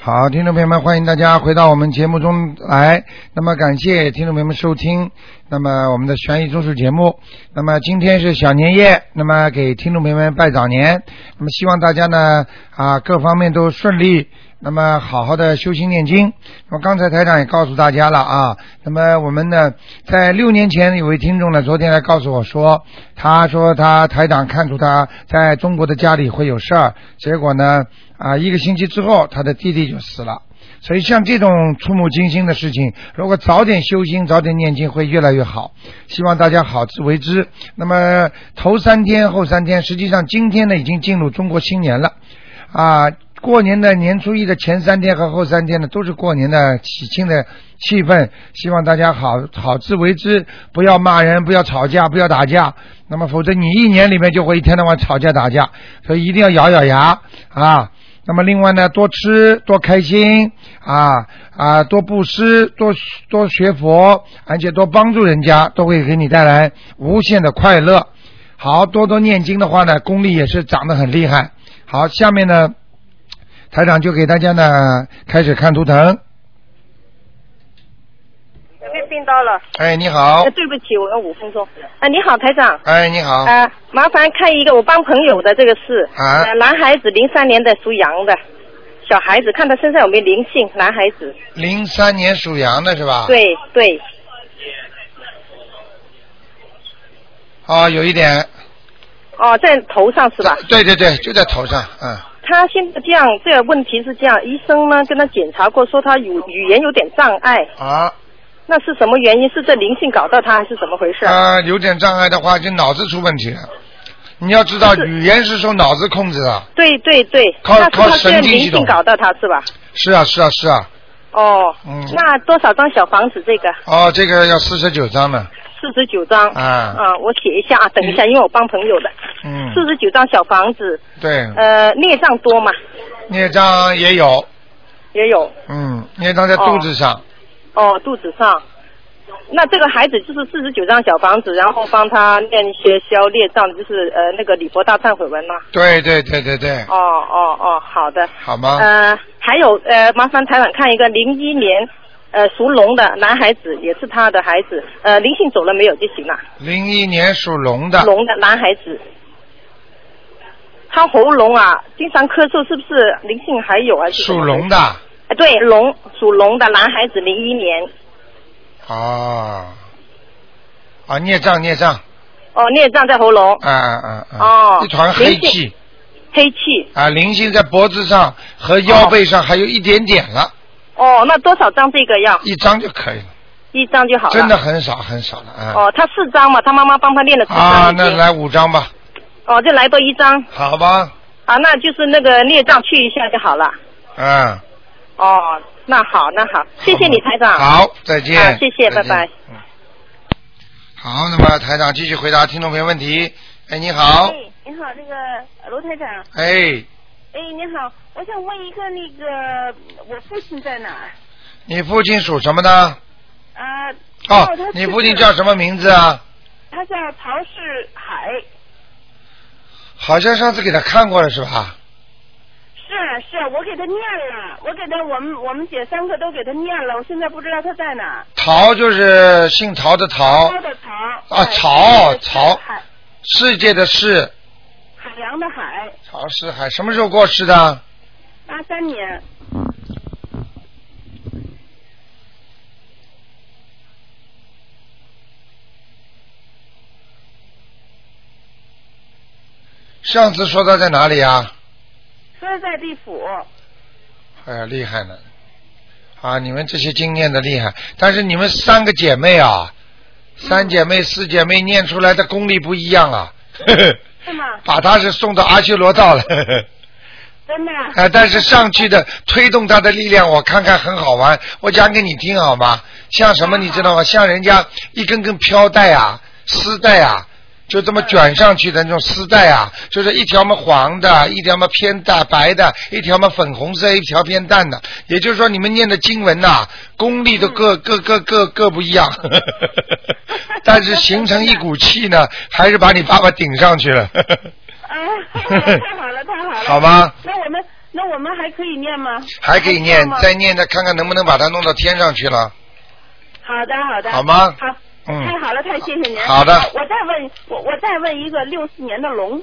好，听众朋友们，欢迎大家回到我们节目中来。那么，感谢听众朋友们收听。那么，我们的悬疑综述节目。那么，今天是小年夜，那么给听众朋友们拜早年。那么，希望大家呢啊各方面都顺利。那么，好好的修心念经。那么，刚才台长也告诉大家了啊。那么，我们呢，在六年前有位听众呢，昨天来告诉我说，他说他台长看出他在中国的家里会有事儿，结果呢。啊，一个星期之后，他的弟弟就死了。所以像这种触目惊心的事情，如果早点修心，早点念经，会越来越好。希望大家好自为之。那么头三天、后三天，实际上今天呢，已经进入中国新年了。啊，过年的年初一的前三天和后三天呢，都是过年的喜庆的气氛。希望大家好好自为之，不要骂人，不要吵架，不要打架。那么否则你一年里面就会一天到晚吵架打架，所以一定要咬咬牙啊。那么另外呢，多吃多开心啊啊，多布施，多多学佛，而且多帮助人家，都会给你带来无限的快乐。好，多多念经的话呢，功力也是长得很厉害。好，下面呢，台长就给大家呢开始看图腾。这边听到了，哎，你好呃，，对不起，我有五分钟。啊，你好，台长。哎，你好，啊，麻烦看一个我帮朋友的这个事。啊呃男孩子，零三年的，属羊的，小孩子，看他身上有没有灵性。男孩子，零三年属羊的是吧？。对对，哦，有一点，哦，在头上是吧？对对对，就在头上，嗯，他现在这样，这个问题是这样，医生呢跟他检查过，说他语语言有点障碍，啊。那是什么原因？是这灵性搞到他，还是怎么回事？啊、有点障碍的话，就脑子出问题了。你要知道，不是语言是受脑子控制的。对对对，靠那是靠他这神个经系灵统性搞到他是吧？是啊，是啊，是啊。哦，嗯那多少张小房子这个？哦，这个要四十九章呢。四十九张。啊啊，我写一下啊，等一下，因为我帮朋友的。嗯，四十九张小房子，对，呃，孽障多嘛，孽障也有，也有嗯，孽障在肚子上。哦，肚子上。那这个孩子就是四十九张小房子，然后帮他念一些消孽障，就是呃那个李佛大忏悔文嘛。对对对对对，哦哦哦，好的。好吗？呃，还有呃，麻烦台长看一个零一年。呃，属龙的男孩子也是他的孩子，呃，灵性走了没有就行了。零一年属龙的，聋的男孩子，他喉咙啊经常咳嗽，是不是灵性还有啊还是什属么龙？的。哎对，聋属龙的男孩子，零一年哦，啊，孽障孽障，哦，孽障在喉咙，啊啊啊！哦一团黑灵气黑气啊，灵性在脖子上和腰背上还有一点点了，哦，那多少张这个要一张就可以了。一张就好了？真的很少很少了啊。哦，他四张嘛，他妈妈帮他练了四张啊，已那经来五张吧，哦，就来多一张好吧，啊，那就是那个孽障去一下就好了。嗯，哦，那好，那好，谢谢你台长。好，再见，啊谢谢再见拜拜。嗯好，那么台长继续回答听众朋友问题。哎，你好，哎，你好，那个罗台长。哎，哎，你好，我想问一个那个我父亲在哪儿？你父亲属什么呢？啊、哦哦他，你是父亲叫什么名字啊？他叫曹世海。好像上次给他看过了是吧？是啊是啊，我给他念了，我给他我们我们姐三个都给他念了，我现在不知道他在哪儿。陶就是姓陶的陶，高的曹。啊啊曹曹海世界的世，海洋的海，曹世海哎什么时候过世的？八三年。上次说他在哪里啊？说在地府，啊 哎呀，厉害呢！啊，你们这些经验的厉害，但是你们三个姐妹啊，三姐妹、四姐妹念出来的功力不一样啊，呵呵是吗？ 把她是送到阿修罗道了。呵呵真的啊。啊，但是上去的推动它的力量，我看看很好玩，我讲给你听好吗？像什么你知道吗？像人家一根根飘带啊、丝带啊，就这么卷上去的那种丝带啊，就是一条嘛黄的，一条嘛偏大白的，一条嘛粉红色，一条偏淡的。也就是说，你们念的经文呐、功力都各各各各各不一样， 但是形成一股气呢，还是把你爸爸顶上去了， 啊，太好了，太好了，好吗？那我们，那那我们还可以念吗？还可以还念需要吗，再念再看看能不能把它弄到天上去了。好的，好的。好吗好。嗯太好了，太谢谢您。好的我我再问，我我再问一个六四年的龙，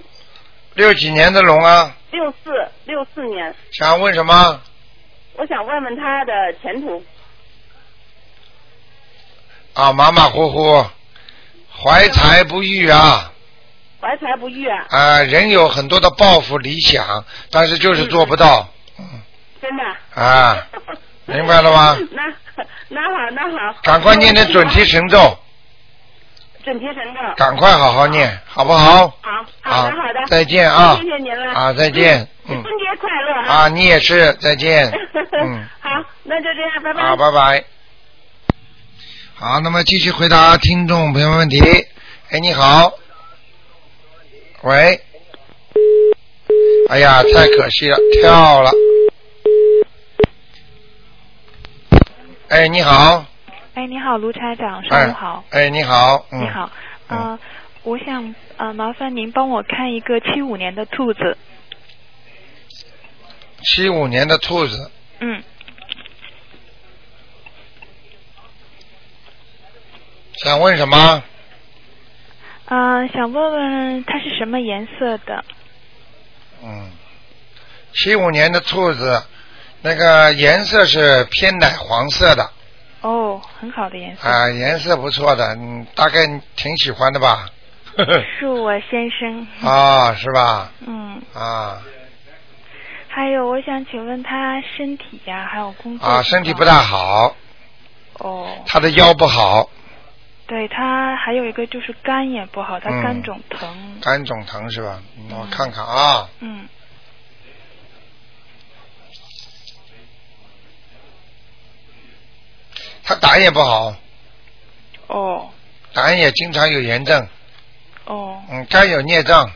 六几年的龙啊，六四六四年，想问什么？我想问问他的前途。啊，马马虎虎，怀才不遇啊，怀才不遇啊，啊、人有很多的抱负理想，但是就是做不到真的。啊，嗯明白了吗？ 那那好，那好。赶快念点准提神咒，准提神咒。赶快好好念，好不好？好，好啊的，好的。，再见啊谢，谢您了。啊，再见，嗯春，节快乐啊，！你也是，再见，嗯。好，那就这样，拜拜。好，拜拜。好，那么继续回答听众朋友问题。哎，你好，喂，哎呀，太可惜了，跳了。哎，你好，哎，你好，卢台长，上午哎好，，哎，你好，嗯，你好，嗯呃，我想呃，麻烦您帮我看一个七五年的兔子，七五年的兔子，嗯，想问什么？呃，想问问它是什么颜色的？嗯，七五年的兔子，那个颜色是偏奶黄色的。哦，很好的颜色，啊，颜色不错的，嗯，大概你挺喜欢的吧？是我先生，哎啊，是吧？ 嗯，啊还有我想请问他身体呀、还有工作啊，情身体况不大好，哦，他的腰不好，对他还有一个就是肝也不好，他嗯肝肿疼，肝肿疼是吧？嗯我嗯看看啊，嗯他胆也不好，哦胆也经常有炎症，哦嗯，肝有孽障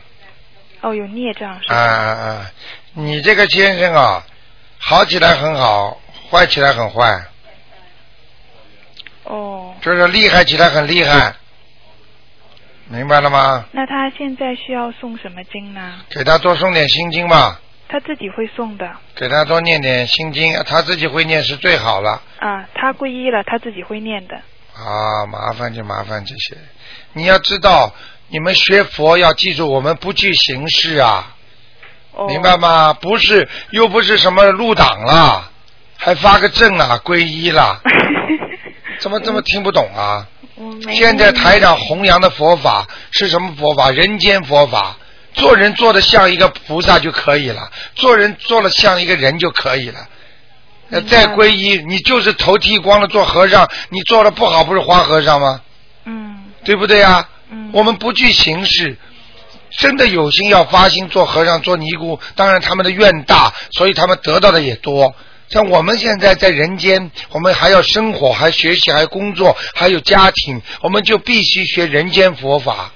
哦，有孽障是啊吧？啊。你这个先生啊，好起来很好，坏起来很坏，哦。就是厉害起来很厉害，明白了吗？那他现在需要送什么经呢？给他多送点心经吧。他自己会送的给他多念点心经，啊他自己会念是最好了啊，他皈依了，他自己会念的。啊，麻烦就麻烦这些。你要知道，你们学佛要记住，我们不去行事啊，哦，明白吗？不是又不是什么入党了，还发个证啊，皈依了，怎么这么听不懂啊？我没现在台长弘扬的佛法是什么佛法？人间佛法，做人做的像一个菩萨就可以了，做人做了像一个人就可以了。那明白再皈依，你就是头剃光了做和尚，你做的不好不是花和尚吗？嗯对不对啊？嗯，我们不去行事，真的有心要发心做和尚、做尼姑，当然他们的愿大，所以他们得到的也多。像我们现在在人间，我们还要生活，还学习，还工作，还有家庭，我们就必须学人间佛法，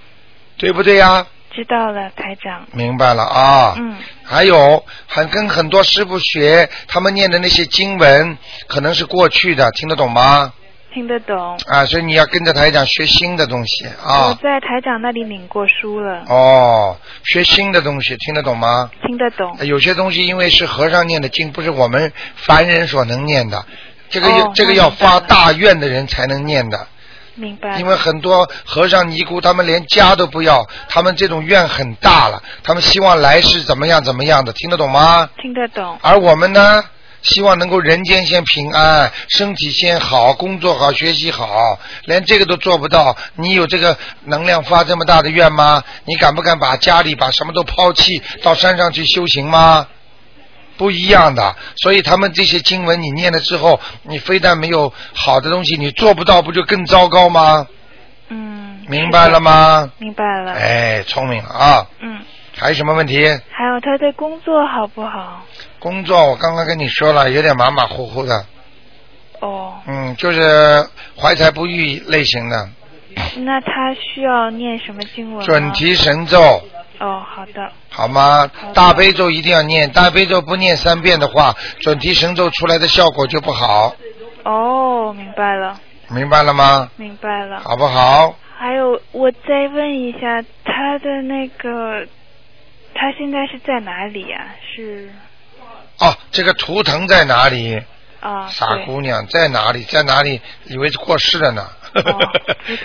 对不对呀、知道了，台长。明白了啊。嗯还有，很跟很多师傅学，他们念的那些经文，可能是过去的，听得懂吗？听得懂。啊，所以你要跟着台长学新的东西我啊。在台长那里领过书了，哦，学新的东西，听得懂吗？听得懂。有些东西因为是和尚念的经，不是我们凡人所能念的。这个、哦要那这个要明白了发哎大愿的人才能念的，明白。因为很多和尚尼姑他们连家都不要，他们这种愿很大了，他们希望来世怎么样怎么样的，听得懂吗？听得懂。而我们呢，希望能够人间先平安，身体先好，工作好，学习好，连这个都做不到，你有这个能量发这么大的愿吗？你敢不敢把家里把什么都抛弃，到山上去修行吗？不一样的，所以他们这些经文你念了之后，你非但没有好的东西，你做不到，不就更糟糕吗？嗯。明白了吗？明白了。哎，聪明了啊！嗯，还有什么问题？还有他的工作好不好？工作我刚刚跟你说了，有点马马虎虎的。哦，嗯，就是怀才不遇类型的，那他需要念什么经文吗？准提神咒，哦，好的。好吗好？的大悲咒一定要念，大悲咒不念三遍的话，准提神咒出来的效果就不好，哦，明白了，明白了吗？明白了。好不好？还有，我再问一下，他的那个，他现在是在哪里呀、是哦，这个图腾在哪里？啊，傻对姑娘在哪里？在哪里？以为过世了呢哦图腾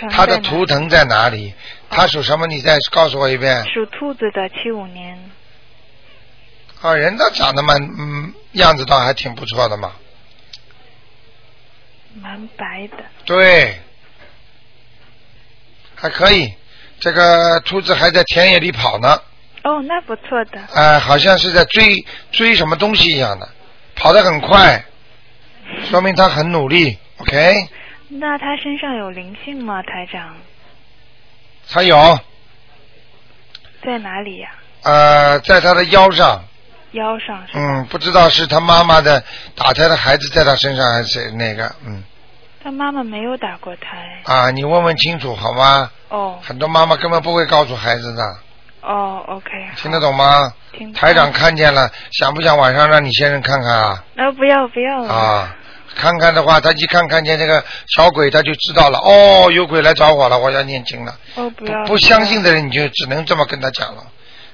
在。哪他的图腾在哪里？他属什么？你再告诉我一遍。属兔子的，七五年。啊，人倒长得蛮，嗯，样子倒还挺不错的嘛。蛮白的，对，还可以。这个兔子还在田野里跑呢，哦，那不错的，哎，好像是在追追什么东西一样的，跑得很快，说明它很努力。OK，那他身上有灵性吗，台长？它有，在哪里呀、呃，在它的腰上，腰上是吧？嗯，不知道是它妈妈的打胎的孩子在它身上还是哪个，嗯，他妈妈没有打过胎。啊，你问问清楚好吗？哦很多妈妈根本不会告诉孩子的，哦，OK，好听得懂吗？听得台长懂看见了，想不想晚上让你先生看看啊？啊，不要不要了。啊，看看的话，他一看看见这个小鬼，他就知道了。哦，有鬼来找我了，我要念经了。哦，不不要。不相信的人，你就只能这么跟他讲了。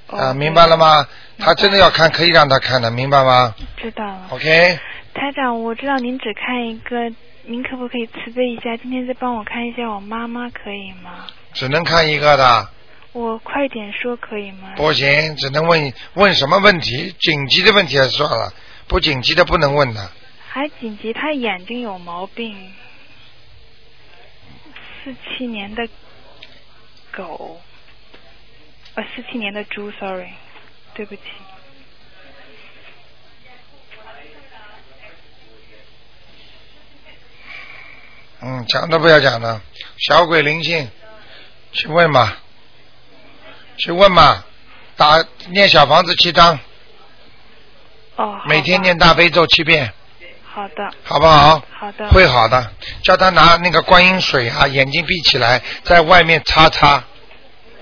哦啊，明白了？吗？明白他真的要看，可以让他看的，明白吗知道了。 ？OK，台长，我知道您只看一个，您可不可以慈悲一下？今天再帮我看一下我妈妈，可以吗？只能看一个的，我快点说可以吗？不行，只能问问什么问题，紧急的问题还算了，不紧急的不能问的。还紧急，她眼睛有毛病。四七年的狗，呃，四七年的猪，sorry，对不起。嗯，讲都不要讲了，小鬼灵性，去问吧，去问吧，打念小房子七章，哦，好每天吧念。大悲咒七遍，好的，好不好？好的。会好的，叫他拿那个观音水啊，眼睛闭起来，在外面擦擦，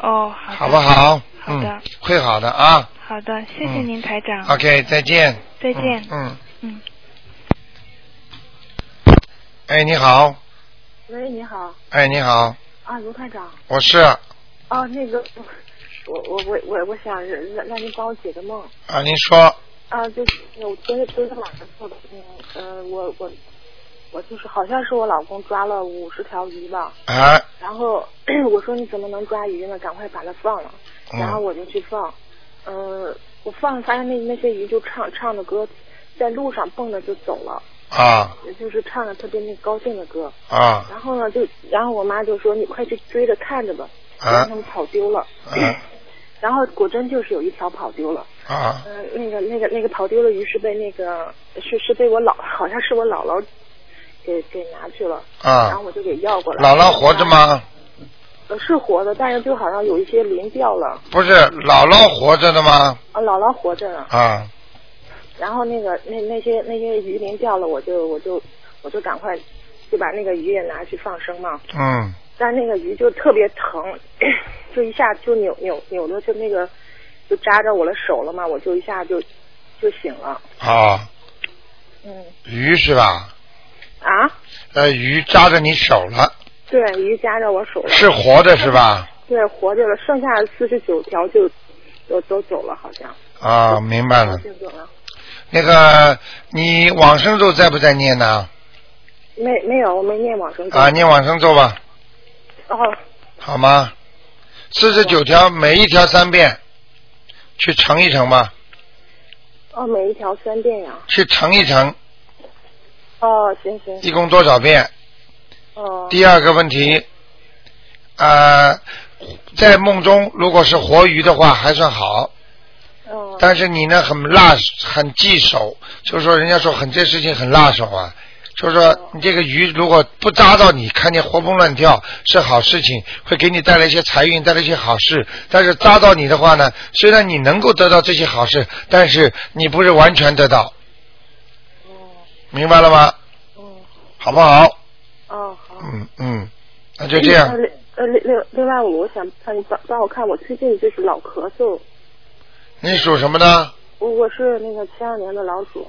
哦，好好的。不？好？好的嗯，会好的啊。好的，谢谢嗯您，台长。 OK，再见。再见。嗯。嗯嗯。哎，你好，喂，你好，哎，你好，啊，卢团长，我是啊，哦，那个，我我我我我想让让您帮我解个梦，您说，啊，就是我昨天昨天晚上做的，嗯，呃，我我我就是好像是我老公抓了五十条鱼吧，哎，然后 我说你怎么能抓鱼呢？赶快把它放了，然后嗯，我就去放，呃，我放了发现那那些鱼就唱唱的歌，在路上蹦着就走了，啊就是唱的特别那高兴的歌，啊然后呢就然后我妈就说你快去追着看着吧，别让啊他们跑丢了。啊然后果真就是有一条跑丢了，啊！嗯、那个那个那个跑丢的鱼是被那个是是被我姥，好像是我姥姥给给拿去了，然啊后，我就给要过来。姥姥活着？吗？呃，是活的，但是就好像有一些鳞掉了。不是，姥姥活着的吗？啊，姥姥活着呢。啊，然后那个那那些那些鱼鳞掉了，我就我就我就赶快就把那个鱼也拿去放生嘛。嗯，但那个鱼就特别疼， 就一下就扭扭扭的就那个就扎着我的手了嘛，我就一下就就醒了。啊，嗯鱼是吧？啊，呃，鱼扎着你手了，对，鱼夹着我手了，是活的是吧？对，活着了，剩下的四十九条就都都走了，好像。啊，明白了。就走了。那个，你往生咒在不在念呢？没没有，我没念往生咒。啊，念往生咒吧，哦，好吗？四十九条，每一条三遍，去乘一乘吧，哦，每一条三遍呀。去乘一乘，哦，行行，一共多少遍？哦，第二个问题，呃，在梦中如果是活鱼的话还算好，哦，但是你呢很辣，很棘手，就是说人家说很这事情很辣手啊，就是哦说你这个鱼如果不扎到你，看见活蹦乱跳是好事情，会给你带来一些财运，带来一些好事。但是扎到你的话呢，虽然你能够得到这些好事，但是你不是完全得到，哦明白了吗？嗯，好不好？哦，好。嗯嗯，那就这样呃。另呃，另另另外，我想让你帮帮我看，我最近就是老咳嗽，你属什么呢？我我是那个七二年的老鼠，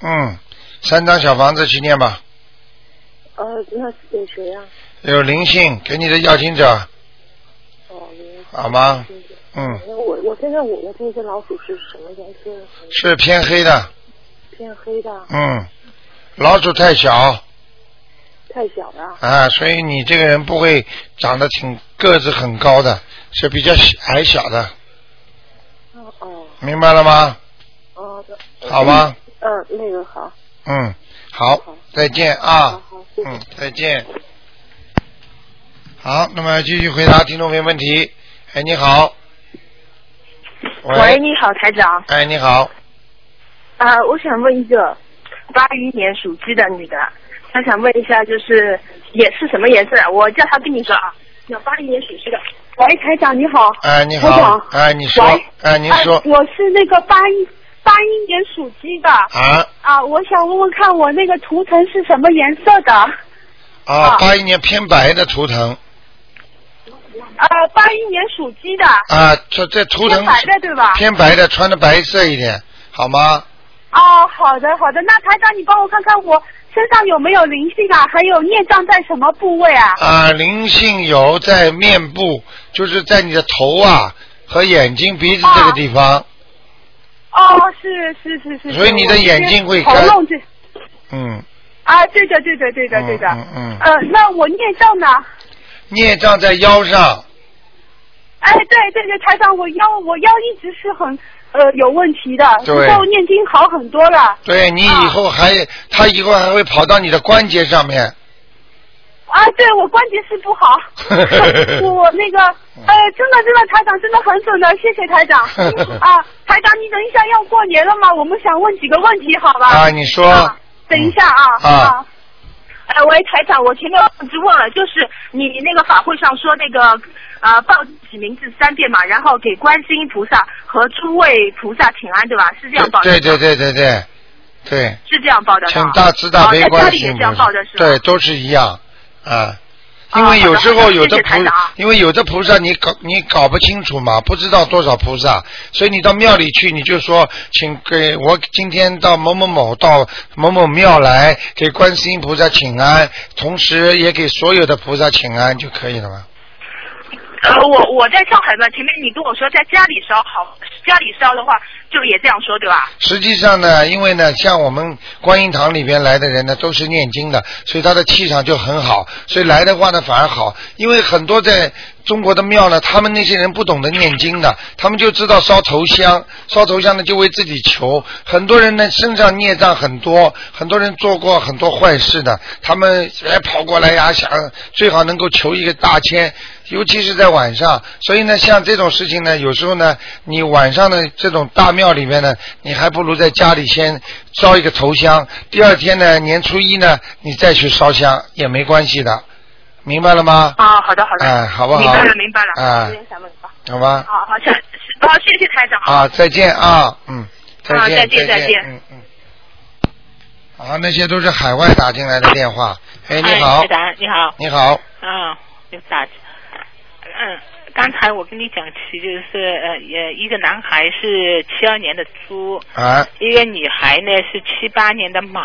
嗯，三张小房子去念吧。呃，那有谁呀、有灵性，给你的要经者，哦，您好吗？谢谢。嗯，那我我现在我的这些老鼠是什么颜色的？是偏黑的。偏黑的，嗯，老鼠太小太小了。啊，所以你这个人不会长得挺个子很高的，是比较小矮小的，哦哦明白了吗？哦，好吗？嗯、呃，那个好，嗯，好，再见好啊。好，谢谢。嗯，再见。好，那么继续回答听众朋友问题。哎，你好。喂，。你好，台长哎，你好。啊、我想问一个八一年属鸡的女的，啊她想问一下，就是也是什么颜色啊？我叫她跟你说啊，有八一年属鸡的。喂，台长你好。哎，你台好长。哎，你说喂。哎，您说啊。我是那个八一八一年属鸡的啊啊，我想问问看我那个图腾是什么颜色的？啊，啊八一年偏白的图腾呃，八一年属鸡的，啊，这这图腾偏白的啊对吧？偏白的，穿的白色一点，好吗？哦，好的好的，那台长你帮我看看我身上有没有灵性啊？还有孽障在什么部位啊？啊，灵性油在面部，就是在你的头啊和眼睛、鼻子啊这个地方，哦，是是是是。所以你的眼睛会喉干咙这嗯，啊，对的对的对的对的。嗯嗯嗯呃，那我孽障呢？孽障在腰上，哎，对对对，台长，我腰我腰一直是很呃有问题的，对之后念经好很多了。对你以后还，啊他以后还会跑到你的关节上面，，。啊，对我关节是不好我那个呃，真的真的，台长真的很准的，谢谢台长 啊，台长，你等一下要过年了嘛，我们想问几个问题，好吧？啊你说啊等一下啊嗯呃啊哎、喂，台长，我前面忘记问了，就是你那个法会上说那个呃报自己名字三遍嘛，然后给观世音菩萨和诸位菩萨请安，对吧？是这样报的，对对对对对对，是这样报的吧。请大慈大悲哦在家观世里也这音菩样萨报的，是吧？对，都是一样啊。啊因为有时好候的有谢的谢菩台长啊，因为有的菩萨你搞你搞不清楚嘛，不知道多少菩萨，所以你到庙里去，你就说，请给我今天到某某某到某某庙来给观世音菩萨请安，同时也给所有的菩萨请安就可以了嘛。呃，我我在上海嘛，前面你跟我说在家里烧好，家里烧的话就也这样说对吧？实际上呢，因为呢，像我们观音堂里边来的人呢，都是念经的，所以他的气场就很好，所以来的话呢反而好。因为很多在中国的庙呢，他们那些人不懂得念经的，他们就知道烧头香，烧头香呢就为自己求。很多人呢身上孽障很多，很多人做过很多坏事的，他们哎跑过来呀、想最好能够求一个大签，尤其是在晚上。所以呢，像这种事情呢，有时候呢，你晚上的这种大庙里面呢，你还不如在家里先烧一个头香，第二天呢，年初一呢，你再去烧香也没关系的，明白了吗？啊，好的好的，哎好不好明白了明白了，哎有点想问啊，好吧，好好，谢好谢谢台长啊啊，再见啊，嗯，再啊见，再见再见见，嗯嗯。啊，那些都是海外打进来的电话。哎，你好台，长，你好。你好，啊，又打。嗯，刚才我跟你讲起，就是呃，也一个男孩是七二年的猪，啊一个女孩呢是七八年的马。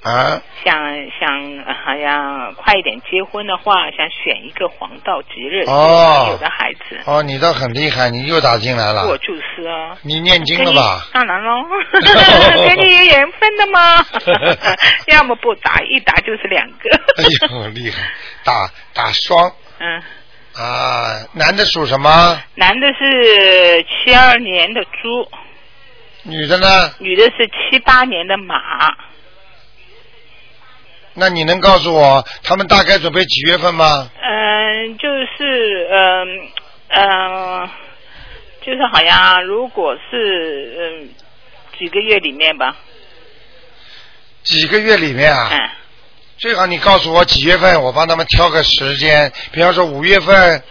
啊，想想呃好像快一点结婚的话，想选一个黄道吉日，哦有的孩子。哦，你倒很厉害，你又打进来我了，就是啊。你念经跟了你吧？当然 喽，跟你有缘分的嘛，要么不打，一打就是两个。哎呦，厉害，打打双嗯。啊，男的属什么？男的是七二年的猪，女的呢？女的是七八年的马。那你能告诉我他们大概准备几月份吗？嗯，就是嗯嗯，就是好像如果是嗯几个月里面吧，几个月里面啊？嗯，最好你告诉我几月份，我帮他们挑个时间，比方说五月份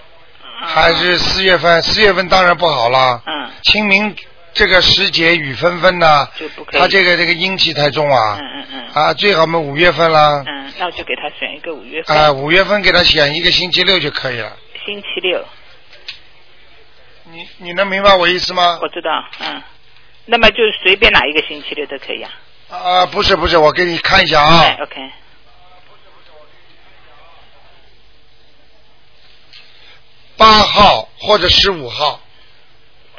还是四月份？四月份当然不好了，啊嗯清明这个时节雨纷纷呐、就不可以。他这个这个阴气太重啊嗯，嗯嗯啊，最好我们五月份啦，嗯，那我就给他选一个五月份、啊，五月份给他选一个星期六就可以了。星期六，你你能明白我意思吗我？知道，嗯，那么就随便哪一个星期六都可以啊。啊、不是不是，我给你看一下啊。哎，OK，八号或者十五号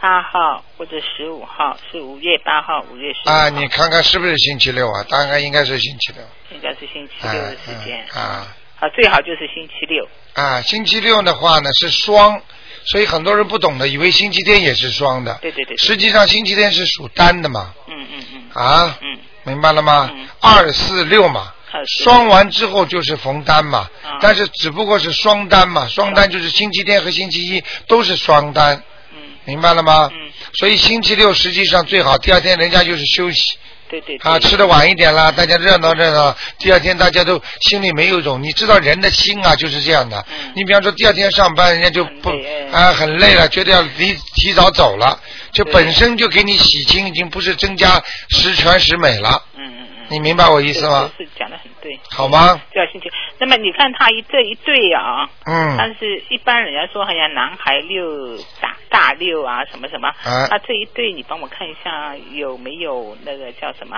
八号或者十五号是五月八号、五月十五号啊，你看看是不是星期六啊？大概应该是星期六。应该是星期六的时间，啊好，最好就是星期六。啊啊！星期六的话呢是双，所以很多人不懂的，以为星期天也是双的。对对对，对实际上星期天是属单的嘛，嗯嗯嗯啊，嗯，明白了吗嗯？二四六嘛，还有十五双完之后就是逢单嘛啊，但是只不过是双单嘛，双单就是星期天和星期一都是双单，嗯明白了吗？嗯，所以星期六实际上最好，第二天人家就是休息对对对啊，吃的晚一点啦，大家热闹热闹。第二天大家都心里没有一种，你知道人的心啊就是这样的嗯。你比方说第二天上班，人家就不很累哎啊很累了，觉得要离提早走了，就对本身就给你洗清，已经不是增加十全十美了。嗯嗯嗯，你明白我意意思吗？是讲的很对，好吗？就要星期。那么你看他一这一对啊，嗯，但是一般人家说好像男孩六大大六啊，什么什么，啊啊这一对你帮我看一下有没有那个叫什么，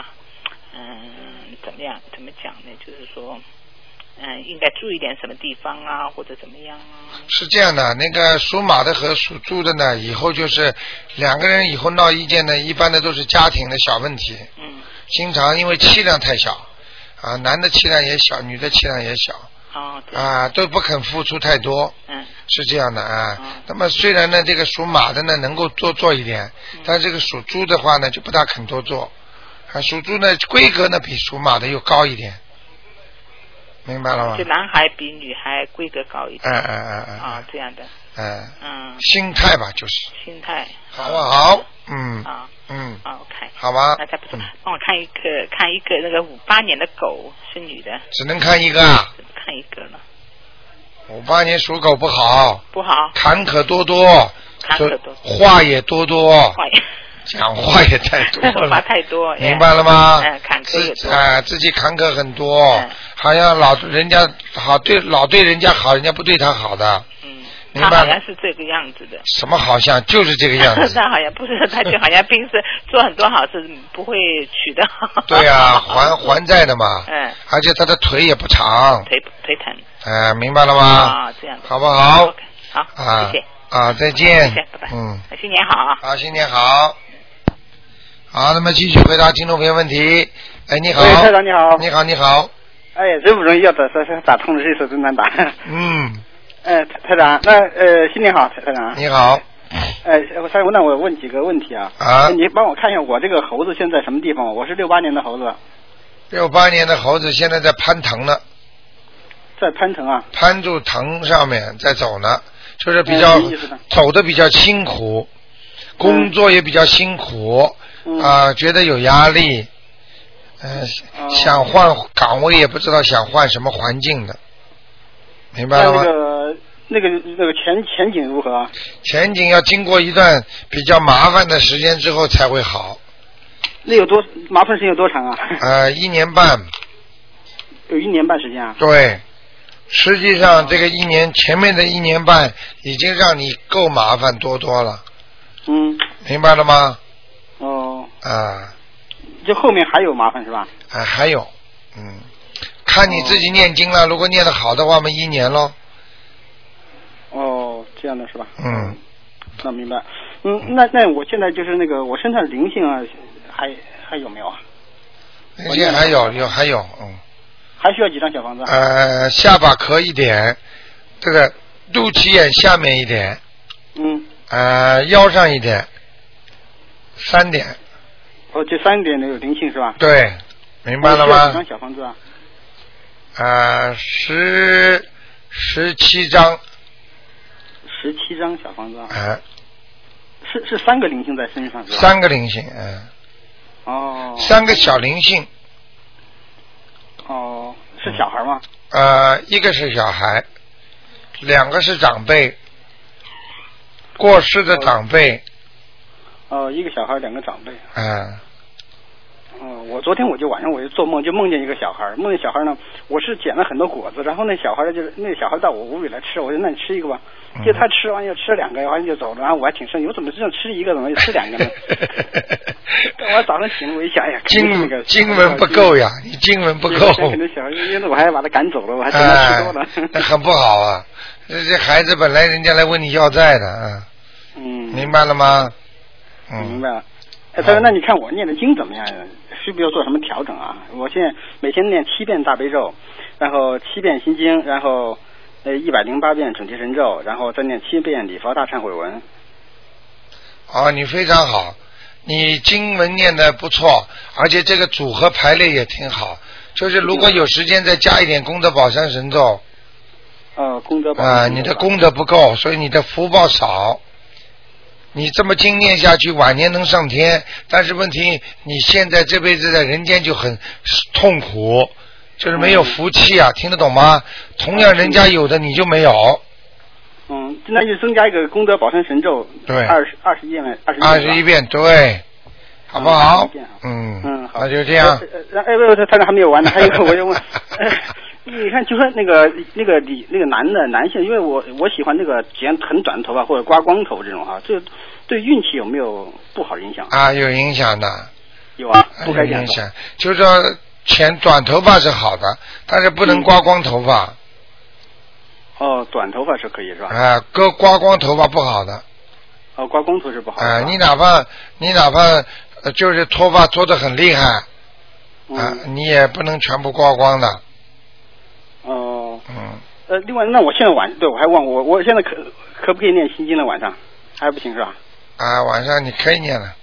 嗯，怎么样怎么讲呢？就是说，嗯，应该注意点什么地方啊，或者怎么样啊？是这样的，那个属马的和属猪的呢，以后就是两个人以后闹意见呢，一般的都是家庭的小问题。嗯，经常因为气量太小，啊，男的气量也小，女的气量也小，哦，对，啊，都不肯付出太多，嗯是这样的啊嗯。那么虽然呢，这个属马的呢能够多做一点，嗯但这个属猪的话呢就不大肯多做，啊，属猪呢规格呢比属马的又高一点，明白了吗就？男孩比女孩规格高一点。嗯嗯嗯嗯啊，这样的，嗯，嗯，心态吧就是，心态好不好？嗯啊嗯，啊，OK，好吧那，才不错嗯。帮我看一个，看一个那个五八年的狗是女的，只能看一个啊，看一个了，五八年属狗不好，不好，坎坷多多。坎坷多，话也多多，坏，讲话也太多 话了，太多，明白了吗？嗯坎坷也自多啊、自己坎坷很多，嗯好像老人家好对老对人家好，人家不对他好的，嗯，明他白好像是这个样子的。什么好像就是这个样 子。他好像不是，他就好像平时做很多好事，不会取的。对呀、 还还债的嘛，嗯，而且他的腿也不长，腿腿疼呃，明白了吗？啊，这样的。嗯好不好 OK，？好，啊谢谢，啊，再见，谢谢，拜拜。嗯，，新年好啊。好，新年好。好，那么继续回答听众朋友问题。哎，你好，喂，台长你好。你好，你好，哎呀，真不容易，要打打打通了，这次真难打。 嗯。呃，台台长，那呃，新年好，台台长。你好，呃，我台长，那我问几个问题啊。啊你帮我看一下我这个猴子现在什么地方？我是六八年的猴子，六八年的猴子现在在攀藤呢，在攀藤啊。攀住藤上面在走呢，就是比较嗯什么意思呢走的比较辛苦，工作也比较辛苦，嗯。啊，觉得有压力，嗯，哦想换岗位也不知道想换什么环境的，明白那了那吗？个那个那个前前景如何啊？前景要经过一段比较麻烦的时间之后才会好，那有多麻烦时间有多长啊？呃，一年半，有一年半时间啊。对，实际哦上这个一年前面的一年半已经让你够麻烦多多了，嗯。明白了吗？哦，啊，就后面还有麻烦是吧？啊还有，嗯，看你自己念经了。如果念得好的话，我们一年喽。哦，这样的是吧？嗯，那明白。嗯，那那我现在就是那个我身上灵性啊，还还有没有啊？哦那些还有有还有，嗯，还需要几张小房子啊？呃，下巴壳一点，这个肚脐眼下面一点，嗯，呃，腰上一点，三点，哦，这三点的有灵性是吧？对，明白了还需要几吗张？小房子啊？呃，十十七张，十七张小房子啊？哎、是是三个灵性在身上是吧？三个灵性，嗯，哦三个小灵性，哦，是小孩吗？呃，一个是小孩，两个是长辈，过世的长辈，呃哦，一个小孩，两个长辈。嗯、嗯，我昨天我就晚上我就做梦，就梦见一个小孩儿，梦见小孩儿呢，我是捡了很多果子，然后那小孩儿就是那小孩儿到我屋里来吃，我说那你吃一个吧，嗯就他吃完又吃两个，完了就走了，然后我还挺生气，我怎么这样吃一个怎么又吃两个 呢？我早上醒了，我一想，哎呀，肯经定那个经文不够呀，你经文不够，肯定小孩儿，因为我还把他赶走了，我还真的吃多哎了。，那很不好啊。这这孩子本来人家来问你要债的啊，嗯，明白了吗？嗯，明白了。哎，啊他说：“那你看我念的经怎么样？需不需要做什么调整啊？我现在每天念七遍大悲咒，然后七遍心经，然后呃一百零八遍准提神咒，然后再念七遍礼佛大忏悔文。哦，你非常好，你经文念的不错，而且这个组合排列也挺好。就是如果有时间再加一点功德宝山神咒呃，功德啊、宝山神咒你的功德不够，所以你的福报少。你这么经念下去，晚年能上天，但是问题你现在这辈子在人间就很痛苦，就是没有福气啊，听得懂吗？同样人家有的你就没有，嗯，那就增加一个功德宝山神咒，对二十二十一遍，二十二十一遍对，好不好？嗯，嗯，好，那就这样。呃，呃哎，不，他他还没有完呢，还有一 个我就问，哎你看，就说那个那个李那个男的男性，因为我我喜欢那个剪很短的头发或者刮光头这种哈、这对运气有没有不好的影响？啊，有影响的。有啊，不有该剪影响，就是说剪短头发是好的，但是不嗯能刮光头发，哦，短头发是可以是吧？啊，割刮光头发不好的，哦，刮光头是不好。啊，你哪怕你哪怕呃就是脱发脱得很厉害，啊，嗯你也不能全部刮光的，哦，嗯，呃，另外，那我现在晚对我还忘我我现在可可不可以念心经了？晚上还不行是吧？啊，晚上你可以念了，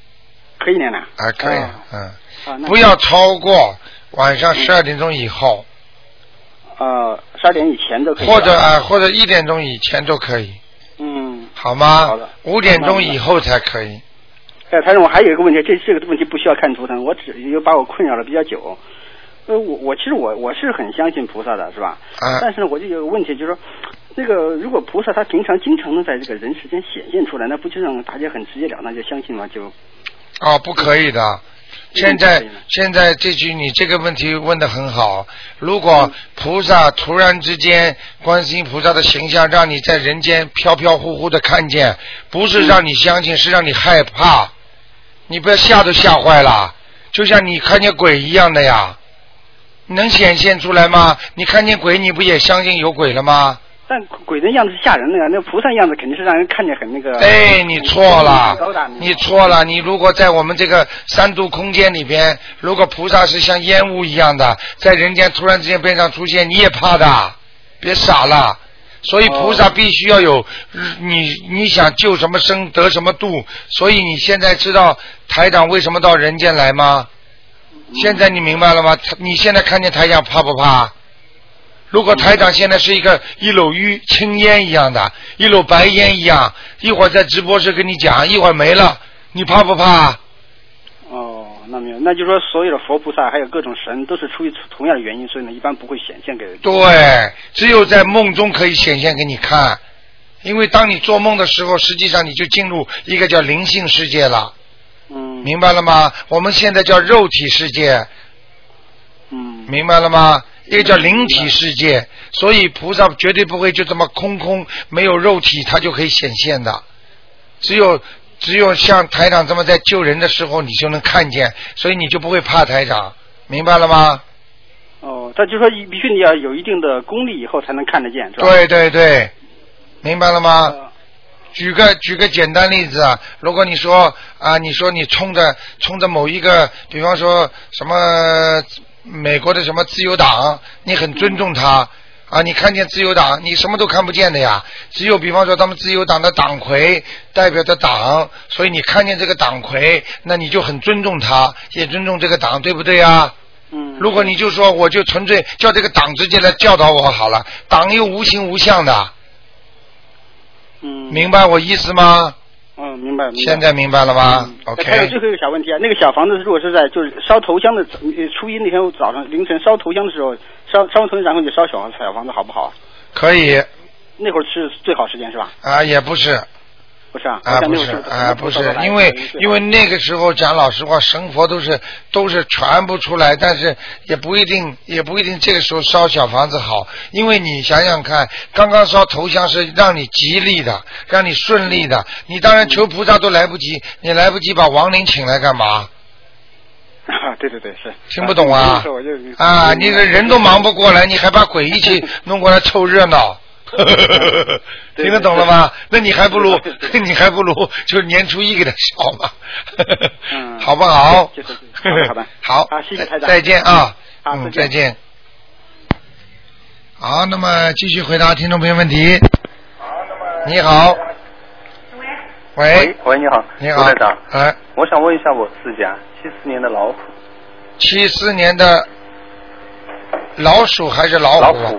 可以念了。啊，可以，嗯，啊，那不要超过晚上十二点钟以后，呃，十二点以前都可以吧。或者啊或者一点钟以前都可以，嗯。好吗好的？五点钟明白以后才可以，哎，台长，我还有一个问题，这这个问题不需要看图腾，我只有把我困扰了比较久。呃，我我其实我我是很相信菩萨的，是吧？啊但是呢，我就有个问题，就是说，那个如果菩萨他平常经常能在这个人世间显现出来，那不就让大家很直截了当就相信吗？就哦，不可以的。现不可在以吗现在这句你这个问题问的很好。如嗯果菩萨突然之间，观世音菩萨的形象让你在人间飘飘忽忽的看见，不嗯是让你相信，是让你害怕。你不要吓都吓坏了，就像你看见鬼一样的呀。能显现出来吗？你看见鬼，你不也相信有鬼了吗？但鬼的样子是吓人的呀，那菩萨样子肯定是让人看见很那个。哎，你错了很高大，你错了。你如果在我们这个三度空间里边，如果菩萨是像烟雾一样的，在人间突然之间边上出现，你也怕的，别傻了。所以菩哦萨必须要有，你你想救什么生得什么度，所以你现在知道台长为什么到人间来吗？现在你明白了吗？你现在看见台长怕不怕？如果台长现在是一个一篓淤青烟一样的，一篓白烟一样，一会儿在直播室跟你讲，一会儿没了，你怕不怕？哦，那没有，那就是说所有的佛菩萨还有各种神都是出于同样的原因，所以呢，一般不会显现给人。对，只有在梦中可以显现给你看，因为当你做梦的时候，实际上你就进入一个叫灵性世界了。嗯，明白了吗？我们现在叫肉体世界。嗯。明白了吗？一个叫灵体世界，所以菩萨绝对不会就这么空空没有肉体，它就可以显现的。只有只有像台长这么在救人的时候，你就能看见，所以你就不会怕台长，明白了吗？哦，他就说必须你要有一定的功力以后才能看得见，是吧？呃对对对，明白了吗？举个举个简单例子啊，如果你说啊，你说你冲着冲着某一个，比方说什么美国的什么自由党，你很尊重嗯他啊，你看见自由党，你什么都看不见的呀，只有比方说他们自由党的党魁代表的党，所以你看见这个党魁，那你就很尊重他，也尊重这个党，对不对啊？嗯如果你就说我就纯粹叫这个党直接来教导我好了，党又无形无相的，嗯，明白我意思吗？嗯，明白。明白嗯现在明白了吧、o 还有 k 最后一个小问题啊，那个小房子如果是在就是烧头香的呃初一那天早上凌晨烧头香的时候，烧烧完头香然后就烧小房小房子好不好？可以那会儿是最好时间是吧？啊，也不是，不是啊？啊，好像不没有是受到啊，不受到是哪，一因个为影响因为那个时候讲老实话，神佛都是都是传不出来，但是也不一定也不一定这个时候烧小房子好，因为你想想看，刚刚烧头香是让你吉利的，让你顺利的，你当然求菩萨都来不及，你来不及把亡灵请来干嘛？啊， 对对对，是听不懂啊就是我就啊，你这人都忙不过来，你还把鬼一起弄过来凑热 闹。对听得懂了吗？那你还不如， 你还不如就是年初一给他烧嘛，嗯，好不好？就是 好的好的， 好，啊，谢谢台长，再见啊，好嗯，再见。好，那么继续回答听众朋友问题。你好，喂，喂，你好，你好卢台长，哎，我想问一下我自己啊，七四年的老虎，七四年的老鼠还是老老虎啊？